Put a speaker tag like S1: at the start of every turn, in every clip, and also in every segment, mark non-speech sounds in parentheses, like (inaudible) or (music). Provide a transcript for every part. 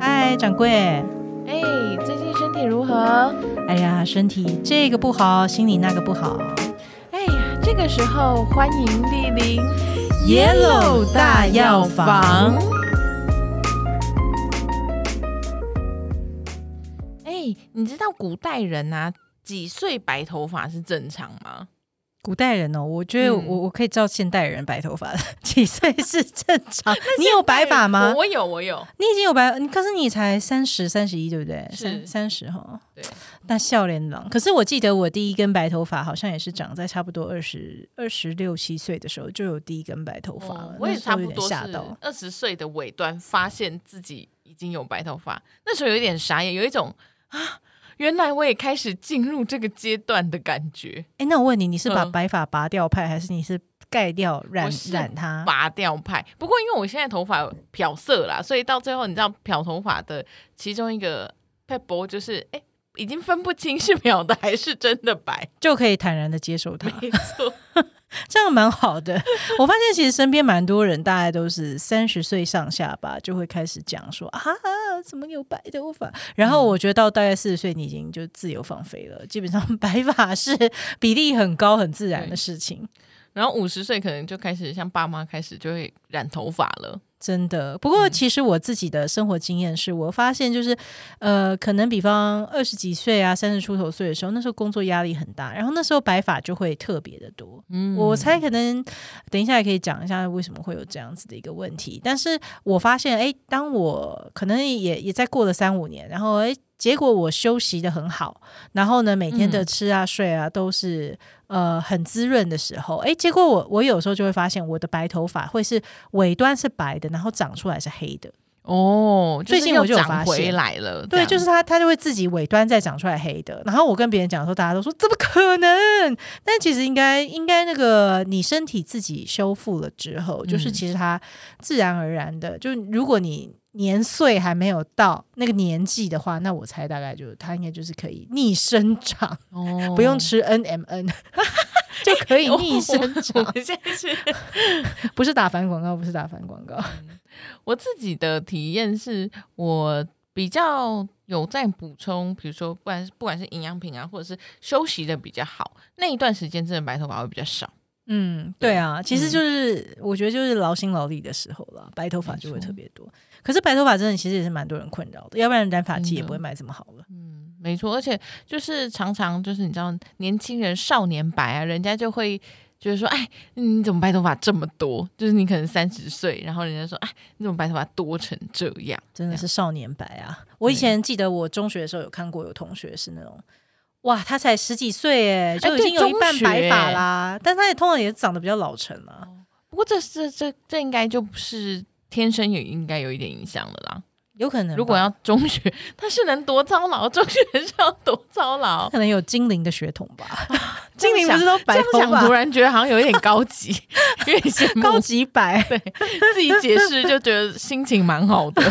S1: 嗨，掌柜。
S2: 哎，最近身体如何？
S1: 哎呀，身体这个不好，心里那个不好。
S2: 哎呀，这个时候欢迎莅临
S1: Yellow 大药房。
S2: 哎，你知道古代人啊几岁白头发是正常吗？
S1: 古代人哦，我觉得我、
S2: 嗯
S1: 我可以照现代人白头发几岁是正
S2: (laughs)
S1: 常。你有白发吗？
S2: 我有，我有。
S1: 你已经有白，你可是你才三十三十一，对不对？
S2: 是
S1: 三三十哈。
S2: 对，
S1: 那笑脸郎，可是我记得我第一根白头发好像也是长在差不多二十二十六七岁的时候就有第一根白头发了
S2: 哦，我也
S1: 那时候
S2: 差不
S1: 有点
S2: 多是
S1: 吓到。
S2: 二十岁的尾端，发现自己已经有白头发，那时候有点傻眼，有一种啊，原来我也开始进入这个阶段的感觉，
S1: 哎，那我问你，你是把
S2: 嗯
S1: 白发拔掉派，还是你是盖掉染
S2: 我是
S1: 染它？
S2: 拔掉派。不过因为我现在头发有漂色啦，所以到最后你知道漂头发的其中一个 p e b 就是哎。已经分不清是漂的还是真的白，
S1: 就可以坦然的接受它，
S2: 没
S1: (laughs)
S2: 错，
S1: 这样蛮好的。 (laughs) 我发现其实身边蛮多人，大概都是三十岁上下吧，就会开始讲说啊，怎么有白头发？然后我觉得到大概四十岁，你已经就自由放飞了，基本上 (laughs) 白发是比例很高、很自然的事情。
S2: 然后五十岁可能就开始像爸妈开始就会染头发了，
S1: 真的，不过其实我自己的生活经验是，我发现就是，呃，可能比方二十几岁啊，三十出头岁的时候，那时候工作压力很大，然后那时候白发就会特别的多。
S2: 嗯
S1: 我猜可能等一下也可以讲一下为什么会有这样子的一个问题。但是我发现，哎，当我可能也也在过了三五年，然后哎，结果我休息的很好，然后呢，每天的
S2: 嗯
S1: 吃啊、睡啊都是呃很滋润的时候，哎，结果我我有时候就会发现我的白头发会是尾端是白的，然后长出来是黑的。
S2: 哦，
S1: 最
S2: 是
S1: 近
S2: 又
S1: 我就有
S2: 长
S1: 发
S2: 回
S1: 现
S2: 来了，这
S1: 对，
S2: 样
S1: 就是它，它就会自己尾端再长出来黑的。然后我跟别人讲的时候，大家都说怎么可能？但其实应该应该那个你身体自己修复了之后，就是
S2: 嗯
S1: 其实它自然而然的，就如果你年岁还没有到那个年纪的话，那我猜大概就它应该就是可以逆生长，
S2: 哦
S1: 不
S2: (laughs)
S1: 用吃 N M N。就可以逆生
S2: 我
S1: 长， (laughs)
S2: 们现在是，
S1: 不是打反广告，不是打反广告。
S2: 我自己的体验是我比较有在补充，比如说不管是不管是营养品啊，或者是休息的比较好，那一段时间真的白头发会比较少。
S1: 嗯，
S2: 对
S1: 对啊，其实
S2: 嗯
S1: 就是、我觉得就是劳心劳力的时候了，白头发就会
S2: 没错
S1: 特别多。可是白头发真的其实也是蛮多人困扰的，要不然染发剂
S2: 真的
S1: 也不会卖这么好了。
S2: 嗯，没错，而且就是常常就是你知道年轻人少年白啊，人家就会。就是说，哎，你怎么白头发这么多？就是你可能三十岁，然后人家说，哎，你怎么白头发多成这样？
S1: 真的是少年白啊！我以前记得我中学的时候有看过有同学是那种，哇，他才十几岁哎，就已
S2: 对
S1: 经有一半
S2: 中学
S1: 白发啦，但他也通常也长得比较老成啊。
S2: 不过这这这这应该就不是天生也应该有一点影响的啦。
S1: 有可能吧
S2: 如果 (laughs) 要中学，他是能多操劳，中学是要多操劳。
S1: 可能有精灵的血统吧，
S2: 这
S1: (laughs) 精
S2: 样
S1: 灵不是
S2: 想
S1: 都
S2: 这
S1: (laughs) 白
S2: 样
S1: 头
S2: (laughs) 想，突
S1: 发，
S2: 然觉得好像有一点
S1: (laughs)
S2: 高级，有点羡慕。
S1: 高级白。
S2: 自己解
S1: (laughs)
S2: 释就觉得心情蛮好的。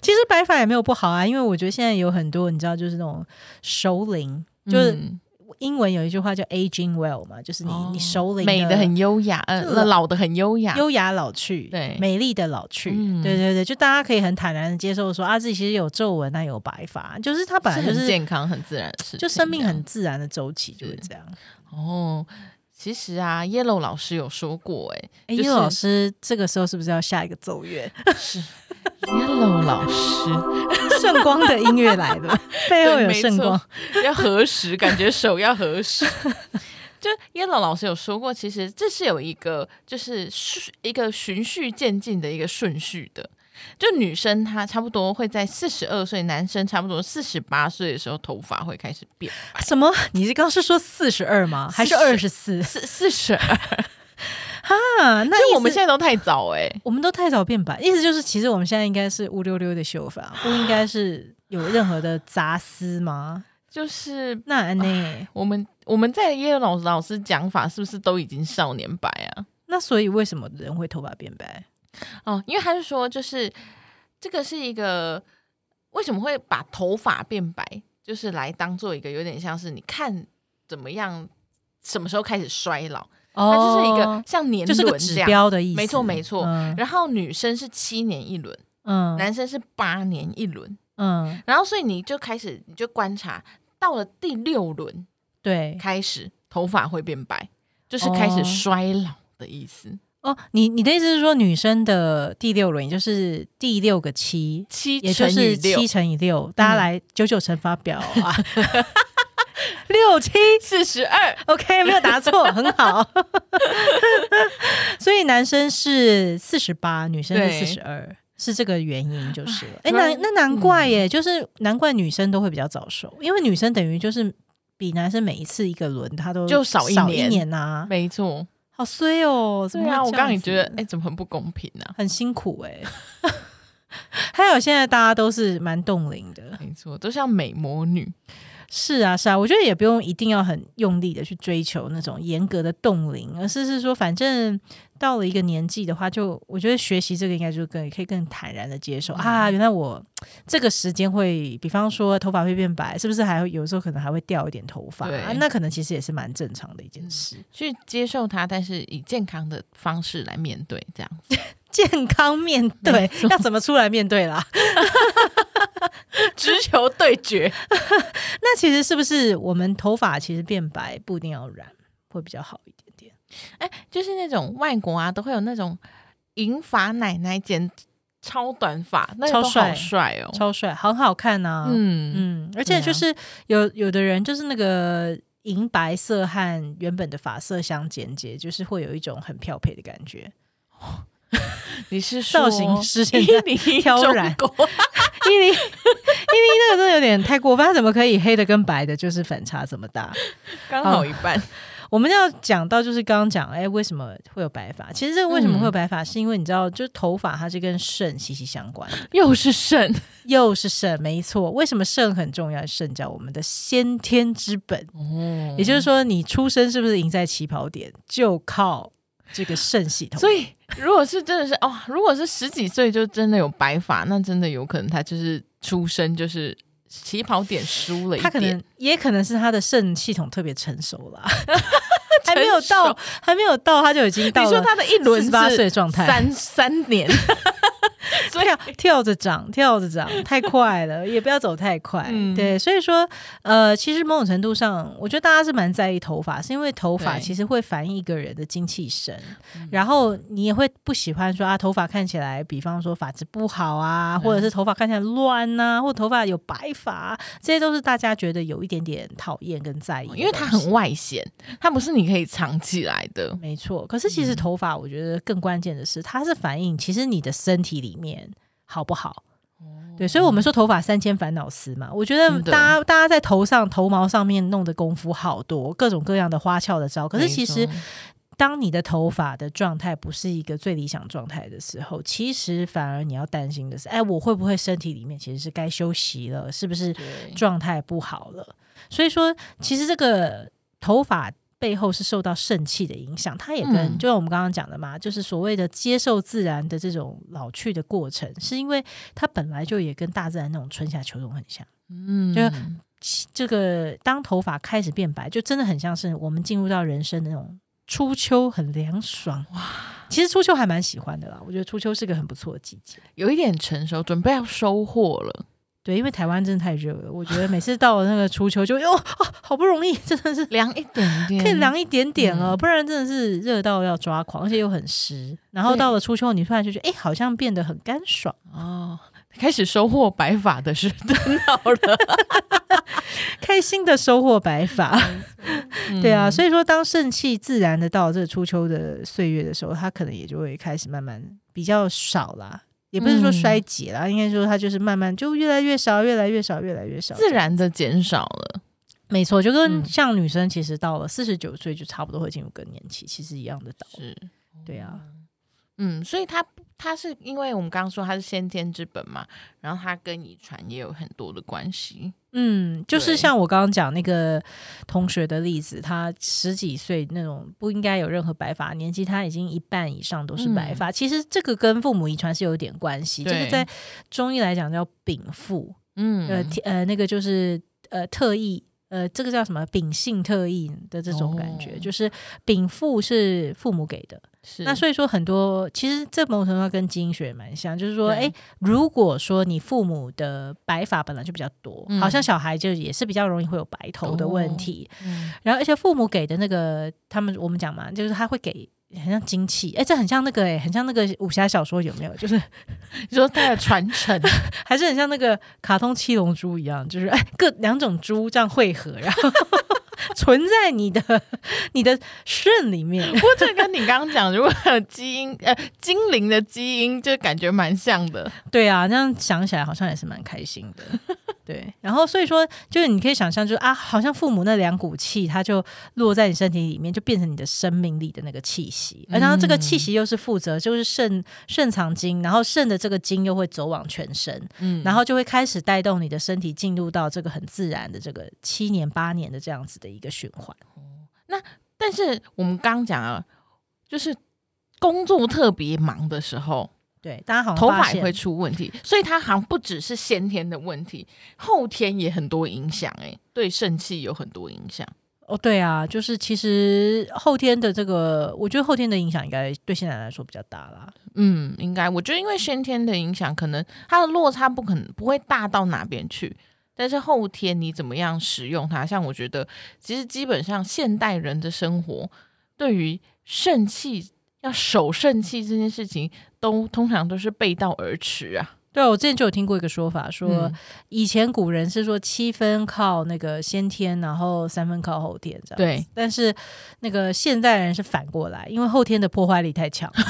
S1: 其实白发也没有不好啊，因为我觉得现在有很多你知道就是那种熟龄， (laughs) 就是
S2: 嗯
S1: 英文有一句话叫 aging well 嘛，就是你、
S2: 哦
S1: 你熟龄
S2: 美
S1: 的
S2: 的很优雅，呃，
S1: 就老
S2: 老的很优雅。
S1: 优雅老去，
S2: 对
S1: 美丽的老去，
S2: 嗯
S1: 对对对，就大家可以很坦然的接受说啊，自己其实有皱纹啊，有白发，就是它本来就是
S2: 很
S1: 是
S2: 健康、很自然的事啊情，
S1: 就生命
S2: 这样
S1: 很自然的周期就是这样。
S2: 哦。其实啊，Yellow 老师有说过、
S1: (laughs)
S2: 欸，
S1: 哎，
S2: 就是
S1: 叶老师这个时候是不是要下一个奏乐？ (laughs)
S2: 哎，是 Yellow 老师，
S1: 圣光的音乐来
S2: (laughs)
S1: 了，背后有圣光，
S2: 要核实，感觉手要
S1: (laughs)
S2: 核实。就 Yellow 老师有说过，其实这是有一个就是顺一个循序渐进的一个顺序的。就女生她差不多会在四十二岁，男生差不多四十八岁的时候头发会开始
S1: (laughs)
S2: 变白。
S1: 啊什么？你是刚是说四十二吗？还是二十四
S2: 四四十二，
S1: 啊？那意
S2: 那
S1: 思
S2: 我们现在都太早哎、
S1: 我们都太早变白，意思就是其实我们现在应该是乌溜溜的秀发，不应该是有任何的杂丝吗？
S2: 就是
S1: 那安内，
S2: 我们我们在 Yellow 老老师讲法是不是都已经少年白啊？
S1: 那所以为什么人会头发变白？
S2: 哦，因为他是说，就是这个是一个为什么会把头发变白，就是来当做一个有点像是你看怎么样，什么时候开始衰老，它就是一个像年
S1: 哦就是个
S2: 轮
S1: 指
S2: 这样。
S1: 标的意思，
S2: 没错没错
S1: 嗯
S2: 然后女生是七年一轮，
S1: 嗯
S2: 男生是八年一轮，
S1: 嗯，
S2: 然后所以你就开始你就观察，到了第六轮
S1: 对
S2: 开始头发会变白，就是开始
S1: 哦
S2: 衰老的意思。
S1: 哦，你你的意思是说，女生的第六轮也就是第六个七，
S2: 七
S1: 也就
S2: 乘以
S1: 是
S2: 六
S1: 七乘以六，大家
S2: 嗯
S1: 来九九乘法表
S2: (laughs)
S1: 啊，六七
S2: 四十二，
S1: OK，没有答
S2: (laughs)
S1: 错，很好。所以男生是四十八，女生是
S2: 对啊
S1: 四十二，是这个原因就是了。哎、
S2: 突然
S1: 难那难怪耶，
S2: 嗯
S1: 就是难怪女生都会比较早熟，因为女生等于就是比男生每一次一个轮，她都
S2: 就少一
S1: 少
S2: 年
S1: 年呐、
S2: 没错。
S1: 好衰哦，怎么会这
S2: 对啊，
S1: 样
S2: 我刚刚也
S1: 子
S2: 觉得，哎、怎么很不公平啊呢、
S1: 很辛苦哎。 (laughs) 还有现在大家都是蛮冻龄的，
S2: 没错，都像美魔女，
S1: 是啊是啊，我觉得也不用一定要很用力的去追求那种严格的冻龄，而是是说，反正到了一个年纪的话，就我觉得学习这个应该就更可以更坦然的接受、啊，原来我这个时间会，比方说头发会变白，是不是还会有时候可能还会掉一点头发、
S2: 对
S1: 啊？那可能其实也是蛮正常的一件事。
S2: 去接受它，但是以健康的方式来面对，这样子
S1: 健康面对，要怎么出来面对啦？
S2: (laughs) 直球对决。
S1: (laughs) 那其实是不是我们头发其实变白不一定要染，会比较好一点点？
S2: 哎、就是那种外国啊，都会有那种银发奶奶剪超短发，那个
S1: 超
S2: 都
S1: 帅
S2: 好帅哦。
S1: 超帅，很好看呐、
S2: 嗯，
S1: 嗯，而且
S2: 对啊
S1: 就是有有的人就是那个银白色和原本的发色相间接，就是会有一种很漂配的感
S2: (laughs)
S1: 觉。
S2: 你是
S1: 造型师现在
S2: 你
S1: 挑染
S2: 狗
S1: 因为因为 (laughs) 那个真的有点太过分，他怎么可以黑的跟白的就是反差这么大？
S2: 刚好一
S1: (laughs)
S2: 半。
S1: 我们要讲到就是刚刚讲，哎，为什么会有白
S2: 嗯
S1: 发？其实这个为什么会有白发，是因为你知道，就是头发它是跟肾息息相关的。
S2: (laughs) 又是肾，
S1: 又是肾，没错。为什么肾很重要？肾叫我们的先天之本，
S2: 哦
S1: 也就是说，你出生是不是赢在起跑点，就靠这个肾系统。
S2: 所以，如果是真的是哦，如果是十几岁就真的有白发，那真的有可能他就是出生就是起跑点输了一点，
S1: 他可能也可能是他的肾系统特别成熟
S2: (laughs)
S1: 啦，还没有到，还没有到，他就已经到
S2: 你
S1: 了
S2: 说他的一轮
S1: 十八
S2: 是
S1: 岁的状态，
S2: 三三 (laughs) 年，所以
S1: 跳跳着长，跳着长，太快
S2: (laughs)
S1: 了，也不要走太快。
S2: 嗯
S1: 对，所以说，呃，其实某种程度上，我觉得大家是蛮在意头发，是因为头发
S2: 对嗯
S1: 其实会反映一个人的精气神，然后你也会不喜欢说啊，头发看起来，比方说发质不好
S2: 嗯
S1: 啊，或者是头发看起来乱呐、或者头发有白发啊，这些都是大家觉得有一点点讨厌跟在意的东西，
S2: 因为它很外显，它不是你可以藏起来的。
S1: 没错，可是其
S2: 嗯
S1: 实头发，我觉得更关键的是，它是反映其实你的身体里面好不好。对，所以我们说头发三千烦恼丝嘛，我觉得
S2: 哦真的
S1: 大家大家在头上头毛上面弄的功夫好多，各种各样的花俏的招。可是其实
S2: 没错
S1: 当你的头发的状态不是一个最理想状态的时候，其实反而你要担心的是，哎，我会不会身体里面其实是该休息了，是不是
S2: 对
S1: 状态不好了。所以说，其实这个头发背后是受到肾气的影响，它也跟、
S2: 嗯
S1: 就像我们刚刚讲的嘛，就是所谓的接受自然的这种老去的过程，是因为它本来就也跟大自然那种春夏秋冬很像。
S2: 嗯
S1: 就这个当头发开始变白，就真的很像是我们进入到人生的那种初秋，很凉爽哇。其实初秋还蛮喜欢的啦，我觉得初秋是个很不错的季节。
S2: 有一点成熟，准备要收获了。
S1: 对，因为台湾真的太热了，我觉得每次到了那个初秋就哟、啊好不容易，真的是
S2: 凉一点点，
S1: 可以凉一点点哦，
S2: 嗯
S1: 不然真的是热到要抓狂，而且又很湿。然后到了初秋，你突然就觉得，哎、好像变得很干爽。
S2: 哦。开始收获白发的是真好 (laughs) 了，
S1: (laughs) 开心的收获白发。对
S2: 嗯
S1: 啊，所以说当肾气自然的到这初秋的岁月的时候，它可能也就会开始慢慢比较少啦，也不是说衰竭啦，应该说它就是慢慢就越来越少，越来越少，越来越少。
S2: 自然的减少了。
S1: 没错，就跟
S2: 嗯
S1: 像女生其实到了四十九岁就差不多会进入更年期，其实一样的道理。
S2: 是，
S1: 对啊，
S2: 嗯，所以它它是因为我们刚刚说它是先天之本嘛，然后它跟遗传也有很多的关系。
S1: 嗯，就是
S2: 对
S1: 像我刚刚讲那个同学的例子，他十几岁那种不应该有任何白发，年纪他已经一半以上都是白发。其实这个跟父母遗传是有点关系，这
S2: 嗯对
S1: 个在中医来讲叫禀赋，
S2: 嗯
S1: 呃天呃那个就是呃特异。呃，这个叫什么秉性特异的这种感觉，
S2: 哦
S1: 就是禀赋是父母给的，
S2: 是
S1: 那所以说，很多其实这某种程度上跟基因学也蛮像，就是说，
S2: 对
S1: 哎，如果说你父母的白发本来就比较多，
S2: 嗯
S1: 好像小孩就也是比较容易会有白头的问题。
S2: 嗯
S1: 然后，而且父母给的那个，他们我们讲嘛，就是他会给。很像精气，哎、这很像那个、哎，很像那个武侠小说有没有？就是 (laughs)
S2: 你说它的传承，
S1: 还是很像那个卡通七龙珠一样，就是哎、各两种珠这样汇合，然后 (laughs) 存在你的你的肾里面。
S2: (laughs) 不过这跟你刚刚讲，如果有基因呃精灵的基因，就感觉蛮像的。
S1: 对啊，这样想起来好像也是蛮开心
S2: (laughs)
S1: 的。对，然后所以说，就是你可以想象，就是啊，好像父母那两股气，它就落在你身体里面，就变成你的生命力的那个气
S2: 嗯
S1: 息，而然后这个气息又是负责，就是肾肾藏经，然后肾的这个经又会走往全身，
S2: 嗯
S1: 然后就会开始带动你的身体进入到这个很自然的这个七年八年的这样子的一个循环。
S2: 但是我们刚刚讲了，就是工作特别忙的时候，
S1: 对，大家好像
S2: 头哦发
S1: 发
S2: 也
S1: 现
S2: 会出问题，所以它好像不只是先天的问题，后天也很多影响、欸。哎，对肾气有很多影响。
S1: 哦，对啊，就是其实后天的这个，我觉得后天的影响应该对现在来说比较大啦。
S2: 嗯，应该我觉得因为先天的影响，可能它的落差不可能不会大到哪边去。但是后天你怎么样使用它？像我觉得，其实基本上现代人的生活，对于肾气要守肾气这件事情，都通常都是背道而驰啊。
S1: 对啊，我之前就有听过一个说法，说、
S2: 嗯
S1: 以前古人是说七分靠那个先天，然后三分靠后天这样。，
S2: 对，
S1: 但是那个现代人是反过来，因为后天的破坏力太强。 (laughs)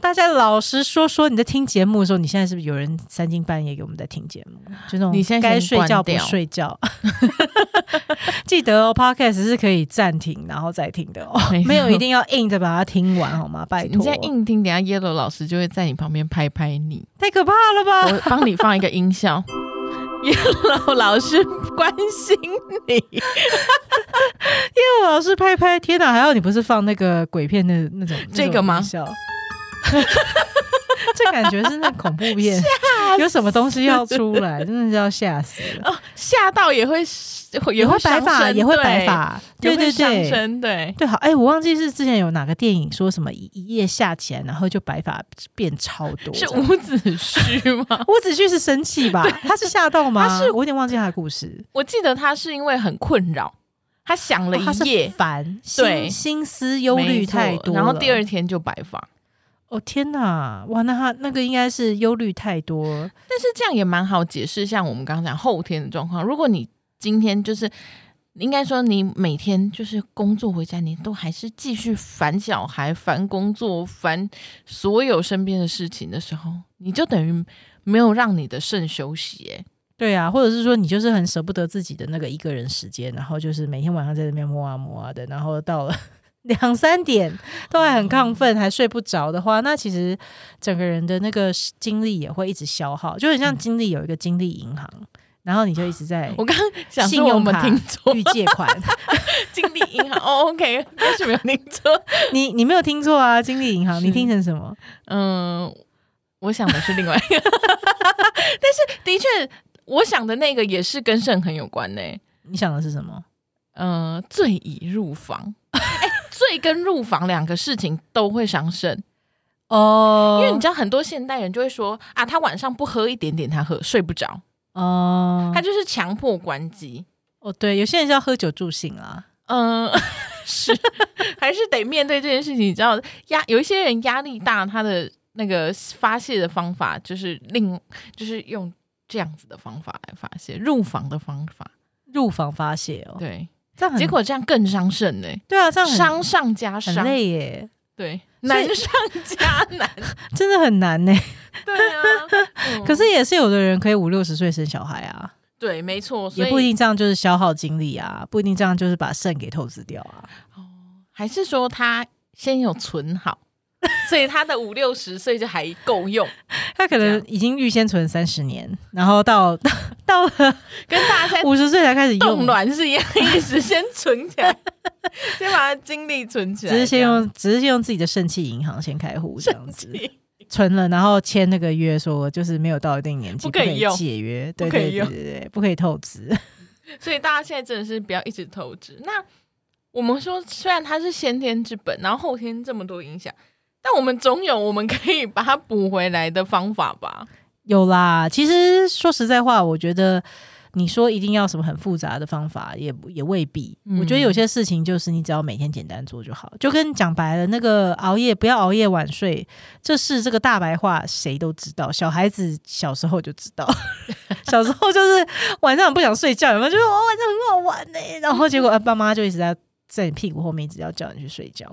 S1: 大家老实说说，你在听节目的时候，你现在是不是有人三更半夜给我们在听节目？就那种
S2: 你现在
S1: 该
S2: 先
S1: 睡
S2: 关
S1: 觉不
S2: 掉
S1: 睡觉。 (laughs)
S2: (laughs)
S1: 记得哦，Podcast 是可以暂停然后再听的哦，
S2: 没错
S1: 没有一定要硬着把它听完好吗？拜
S2: 哎你
S1: 托
S2: 现在，硬听，等一下 Yellow 老师就会在你旁边拍
S1: (laughs)
S2: 拍你。
S1: 太可怕了吧！
S2: 我帮你放一个
S1: (laughs)
S2: 音效。Yellow 老师关心你， (laughs)
S1: 我老师拍拍，天哪！还好你不是放那个鬼片的那种
S2: 这个吗？
S1: 那种音效 (laughs) 这感觉是那恐怖片，有什么东西要出来，真的是要吓死了。
S2: 哦，吓到 (laughs) 也会
S1: 也会白发，
S2: 发，
S1: 也会白，发，对
S2: 也会
S1: 对
S2: 上
S1: 对。
S2: 升，对，
S1: 对，好，哎、我忘记是之前有哪个电影说什么一一夜下起来，然后就白发变超多。
S2: 是
S1: 这样
S2: 伍子胥吗？ (laughs)
S1: 伍子胥是生气吧？他是吓到吗？
S2: 他是
S1: 我有点忘记他的故事。
S2: 我记得他是因为很困扰，他想了
S1: 哦他
S2: 一
S1: 是
S2: 夜，
S1: 烦，
S2: 对
S1: 心心思忧虑
S2: 没错
S1: 太多了，
S2: 然后第二天就白发。
S1: 哦天哪，哇，那他那个应该是忧虑太多，
S2: 但是这样也蛮好解释，像我们刚刚讲后天的状况，如果你今天就是。应该说，你每天就是工作回家，你都还是继续烦小孩、烦工作、烦所有身边的事情的时候，你就等于没有让你的肾休息、欸。
S1: 对啊，或者是说你就是很舍不得自己的那个一个人时间，然后就是每天晚上在那边摸啊摸啊的，然后到了 (laughs) 两三点都还很亢奋，还睡不着的话，那其实整个人的那个精力也会一直消耗，就很像精力有一个精力银行，然后你就一直在
S2: (laughs) 我刚刚想
S1: 信
S2: 说我
S1: 用
S2: 们
S1: 卡
S2: 听错
S1: 预借款，
S2: (laughs) 经理银行哦，OK，应 (laughs) 该是没有听错。
S1: 你你没有听错啊，精力银行，
S2: 是
S1: 你听成什么？
S2: (laughs) 嗯，我想的是另外一个， (laughs) 但是的确，我想的那个也是跟肾很有关呢、
S1: 你想的是什么？
S2: 嗯、醉已入房， (laughs) 哎、醉跟入房两个事情都会伤肾，
S1: 哦
S2: 因为你知道很多现代人就会说啊，他晚上不喝一点点，他喝睡不着，
S1: 哦，
S2: 他就是强迫关机。
S1: 哦，对，有些人是要喝酒助兴啊啦。
S2: 嗯， (laughs) 是，还是得面对这件事情。你知道，压有一些人压力大，他的那个发泄的方法就是另就是用这样子的方法来发泄，入房的方法。
S1: 入房发泄哦，
S2: 对，
S1: 这样很
S2: 结果这样更伤肾呢、
S1: 对啊，这样很
S2: 伤上加
S1: 很
S2: 伤，
S1: 累耶，
S2: 对，
S1: 所
S2: 难
S1: 以
S2: 上加难，
S1: 真的很难呢。(laughs)
S2: 对啊。嗯
S1: 可是也是有的人可以五六十岁生小孩啊，
S2: 对，没错，所
S1: 也不一
S2: 以
S1: 定这样就是消耗精力啊，不一定这样就是把肾给透支掉啊。
S2: 还是说他先有存好，所以他的五六十岁就还够
S1: (laughs)
S2: 用。
S1: 他可能已经预先存三十年，然后到到了
S2: 跟大家现在
S1: 五十岁才开始
S2: 哎冻
S1: 用，
S2: 卵是一样意思，先存起来， (laughs) 先把它精力存起
S1: 只
S2: 来，
S1: 是先
S2: 这样
S1: 用只是先用自己的肾气银行先开户这样子。
S2: 气
S1: 存了，然后签那个约，说就是没有到一定年纪
S2: 不可以用
S1: 解约，
S2: 不
S1: 对
S2: 可以
S1: 对对
S2: 用
S1: 对对，不可以透支。
S2: 所以大家现在真的是不要一直透支。那我们说虽然它是先天之本，然后后天这么多影响，但我们总有我们可以把它补回来的方法吧？
S1: 有啦，其实说实在话，我觉得你说一定要什么很复杂的方法，也不也未必。
S2: 嗯
S1: 我觉得有些事情就是你只要每天简单做就好，就跟讲白了，那个熬夜不要熬夜晚睡，这是这个大白话，谁都知道。小孩子小时候就知道，小时候就是晚上很不想睡觉，有没有？就是哦，晚上很好玩呢、然后结果、呃、爸妈就一直在。在你屁股后面一直要叫你去睡觉，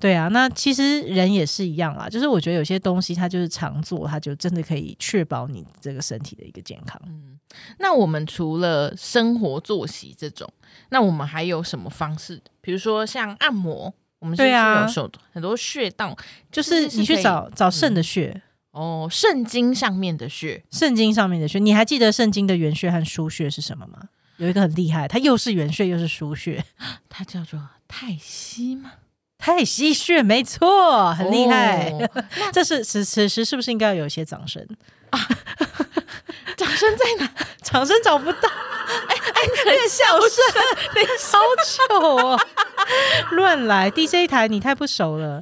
S1: 对啊，那其实人也是一样啦，就是我觉得有些东西它就是常做，它就真的可以确保你这个身体的一个健康。
S2: (laughs) 嗯那我们除了生活作息这种，那我们还有什么方式？比如说像按摩，我们是不是
S1: 对啊
S2: 有手很多穴道，
S1: 就是你去
S2: 可以嗯
S1: 找找肾的穴，
S2: 哦，肾经上面的穴，
S1: 肾经上面的穴，你还记得肾经的原穴和腧穴是什么吗？有一个很厉害，它又是原穴又是腧穴，
S2: 它叫做太溪吗？
S1: 太溪穴，没错，很厉害。
S2: 哦
S1: (laughs) 这是此此时是不是应该要有一些掌声？
S2: (laughs) 掌声在哪？
S1: (laughs)
S2: 哎
S1: 掌声找不
S2: (laughs)
S1: 到， (laughs)
S2: 那个笑声， (laughs) 那个
S1: 好糗哦！ (laughs) 乱来，DJ 台你太不熟了。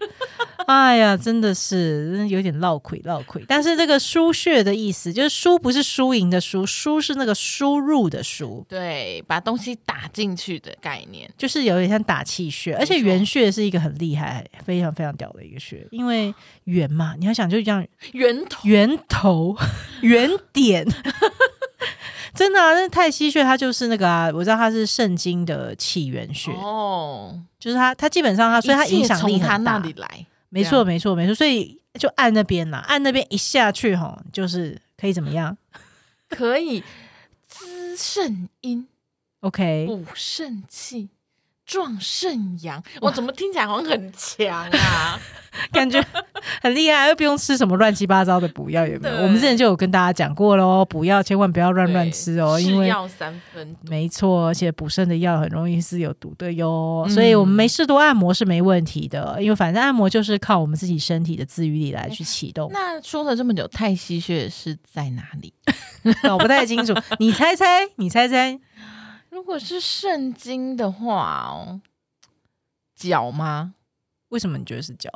S1: 哎呀，真的是真的有点落亏落亏。但是这个输血的意思就是输不是输赢的输，输是那个输入的输，
S2: 对，把东西打进去的概念。
S1: 就是有点像打气血。而且原穴是一个很厉害、非常非常屌的一个穴，因为圆嘛，你要想就这样
S2: 源头
S1: 源头、 (laughs) 原点。 (laughs) 真的啊，那太溪穴它就是那个啊，我知道它是肾经的起源穴，
S2: 哦，
S1: 就是它，它基本上它，所以它
S2: 一切
S1: 影响力
S2: 从他
S1: 很
S2: 那
S1: 大。
S2: 里来，
S1: 没
S2: 这
S1: 错，
S2: 样
S1: 没错，没错。所以就按那边啦，按那边一下去吼，就是可以怎么样
S2: 可以滋肾阴、 (laughs)
S1: ？OK，
S2: 补肾气、壮肾阳。我怎么听起来好像很强啊？
S1: 感觉很厉害，又不用吃什么乱七八糟的补药，有没有？
S2: 对
S1: 我们之前就有跟大家讲过喽，补药千万不要 (laughs) 乱乱
S2: 对
S1: 吃哦，因
S2: 是
S1: 为
S2: 药三分毒。
S1: 没错，而且补肾的药很容易是有毒的哟，
S2: 嗯
S1: 所以我们没事多按摩是没问题的，因为反正按摩就是靠我们自己身体的自愈力来
S2: 哎
S1: 去启动。
S2: 那说了这么久，太溪穴是在哪里？
S1: 搞不太清楚，你猜猜，你猜猜，
S2: 如果是肾经的话哦，脚吗？
S1: 为什么你觉得是脚？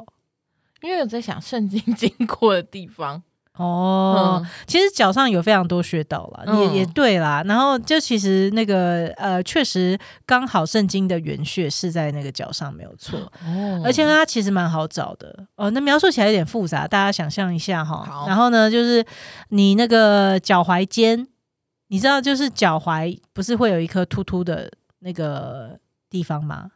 S2: 因为我在想肾经经过的地方。
S1: 哦，
S2: 嗯
S1: 其实脚上有非常多穴道啦，
S2: 嗯
S1: 也也对啦。然后就其实那个呃，确实刚好圣经的原穴是在那个脚上，没有错。
S2: 哦
S1: 而且它其实蛮好找的，哦，那描述起来有点复杂，大家想象一下哈
S2: 好。
S1: 然后呢，就是你那个脚踝尖，你知道就是脚踝不是会有一颗突突的那个地方吗？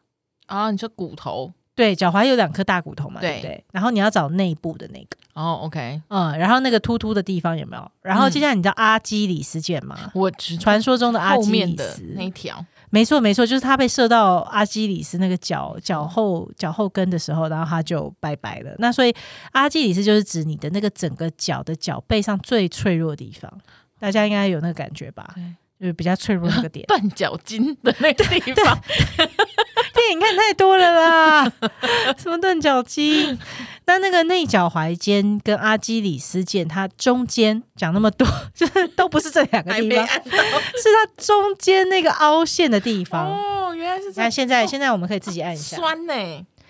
S2: 啊，你说骨头
S1: 对，脚踝有两颗大骨头嘛，对
S2: 对
S1: 不对？然后你要找内部的那个，
S2: 哦，OK，
S1: 嗯，然后那个突突的地方有没有？然后接下来你知道阿基里斯腱吗？
S2: 我只
S1: 嗯传说中的阿
S2: 后
S1: 基
S2: 面
S1: 里
S2: 的
S1: 斯，
S2: 那一条，
S1: 没错没错，就是他被射到阿基里斯那个脚脚后脚后跟的时候，然后他就拜拜了。那所以阿基里斯就是指你的那个整个脚的脚背上最脆弱的地方，大家应该有那个感觉吧？
S2: 对。
S1: 就是比较脆弱那个 (laughs) 点
S2: 绊脚筋的那个地方，
S1: 电影看太多了啦，什么钝角肌？那那个内脚踝尖跟阿基里斯腱，它中间讲那么多，就是都不是这两个
S2: 还
S1: 地
S2: 没
S1: 方，
S2: 按
S1: 是它中间那个凹陷的地方。
S2: 哦，原来是这
S1: 那
S2: 样，
S1: 现在现在我们可以自己按一下，
S2: 酸呢、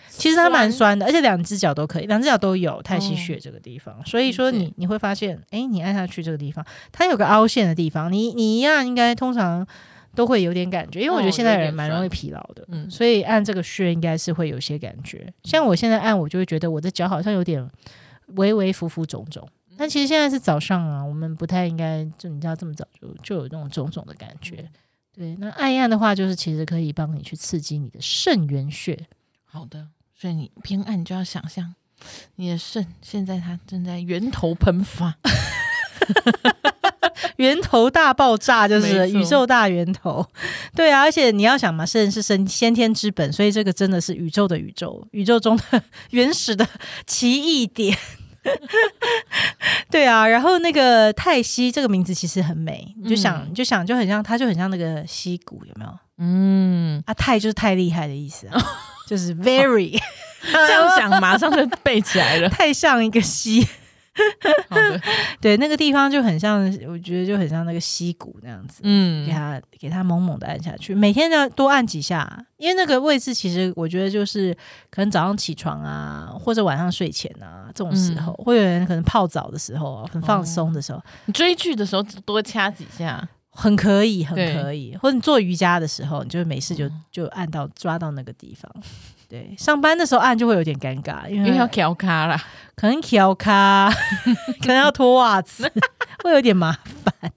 S1: 其实它蛮酸的，而且两只脚都可以，两只脚都有太溪穴这个地方，所以说
S2: 哦理解
S1: 你你会发现，哎，你按下去这个地方，它有个凹陷的地方，你你一按应该通常都会有点感觉，因为我觉得
S2: 哦
S1: 现在
S2: 有
S1: 人
S2: 点
S1: 蛮
S2: 酸
S1: 容易疲劳的，
S2: 嗯
S1: 所以按这个穴应该是会有些感觉。像我现在按，我就会觉得我的脚好像有点微微浮浮肿肿。
S2: 嗯
S1: 但其实现在是早上啊，我们不太应该就你知道这么早就就有那种肿肿的感
S2: 嗯
S1: 觉。对，那按一按的话，就是其实可以帮你去刺激你的肾源穴。
S2: 好的，所以你偏按就要想象你的肾现在它正在源头喷发，
S1: 源头大爆炸就是
S2: 没错
S1: 宇宙大源头， (laughs) 对啊，而且你要想嘛，肾是先先天之本，所以这个真的是宇宙的宇宙，宇宙中的原始的奇异点。 (laughs) 对啊，然后那个泰西这个名字其实很美，你就想、
S2: 嗯
S1: 你就想就很像，它就很像那个溪谷，有没有？
S2: 嗯，
S1: 啊，太就是太厉害的意思、
S2: (laughs)
S1: 啊，
S2: 哦
S1: (laughs) 就是 very 这
S2: 这样想马上就背起来了。
S1: 太像一个溪。
S2: 好的，
S1: 对，那个地方就很像，我觉得就很像那个溪谷那样子， (laughs) 给
S2: 嗯，
S1: 它给它猛猛的按下去，每天要多按几下，因为那个位置其实我觉得就是可能早上起床啊，或者晚上睡前啊这种时
S2: 嗯
S1: 候，会有人可能泡澡的时候啊，很放松的时候，
S2: 你追剧的时候多掐几下，
S1: 很可以，很
S2: 对嗯
S1: 可以。或者你做瑜伽的时候，你就没事就就按到抓到那个地方。对，上班的时候按就会有点尴尬，因
S2: 因
S1: 为
S2: 为要调咖啦。
S1: 可能挑
S2: (laughs)
S1: 咖，可能要脱袜子，会有点麻烦。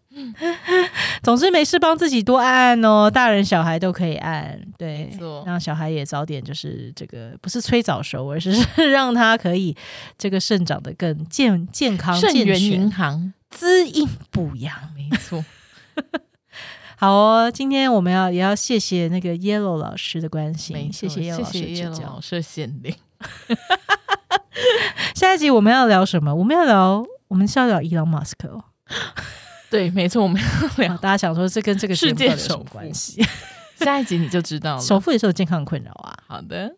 S1: 总之没事，帮自己多按按哦，大人小孩都可以按，对
S2: 没错，
S1: 让小孩也早点就是这个不是催早熟，而是让他可以这个生长的更健健康、
S2: 盛
S1: 健
S2: 源
S1: 全
S2: 银、行，
S1: 滋阴补阳。
S2: 没错，
S1: 好哦，今天我们要也要谢谢那个 Yellow 老师的关
S2: 没
S1: 心，谢
S2: 错
S1: 谢 Yellow
S2: 谢
S1: 老师
S2: 谢
S1: 指
S2: 叶
S1: 教。
S2: 老师的限定。
S1: 下一集我们要聊什么？我们要聊，我们是要聊伊朗马斯克哦。
S2: 对，没错，我们 (laughs)
S1: 啊大家想说这跟这个节目
S2: 世界
S1: 到底有什么
S2: 首富
S1: 关系？ (laughs)
S2: 下一集你就知道了。
S1: 首富也是有健康困扰啊。
S2: 好的，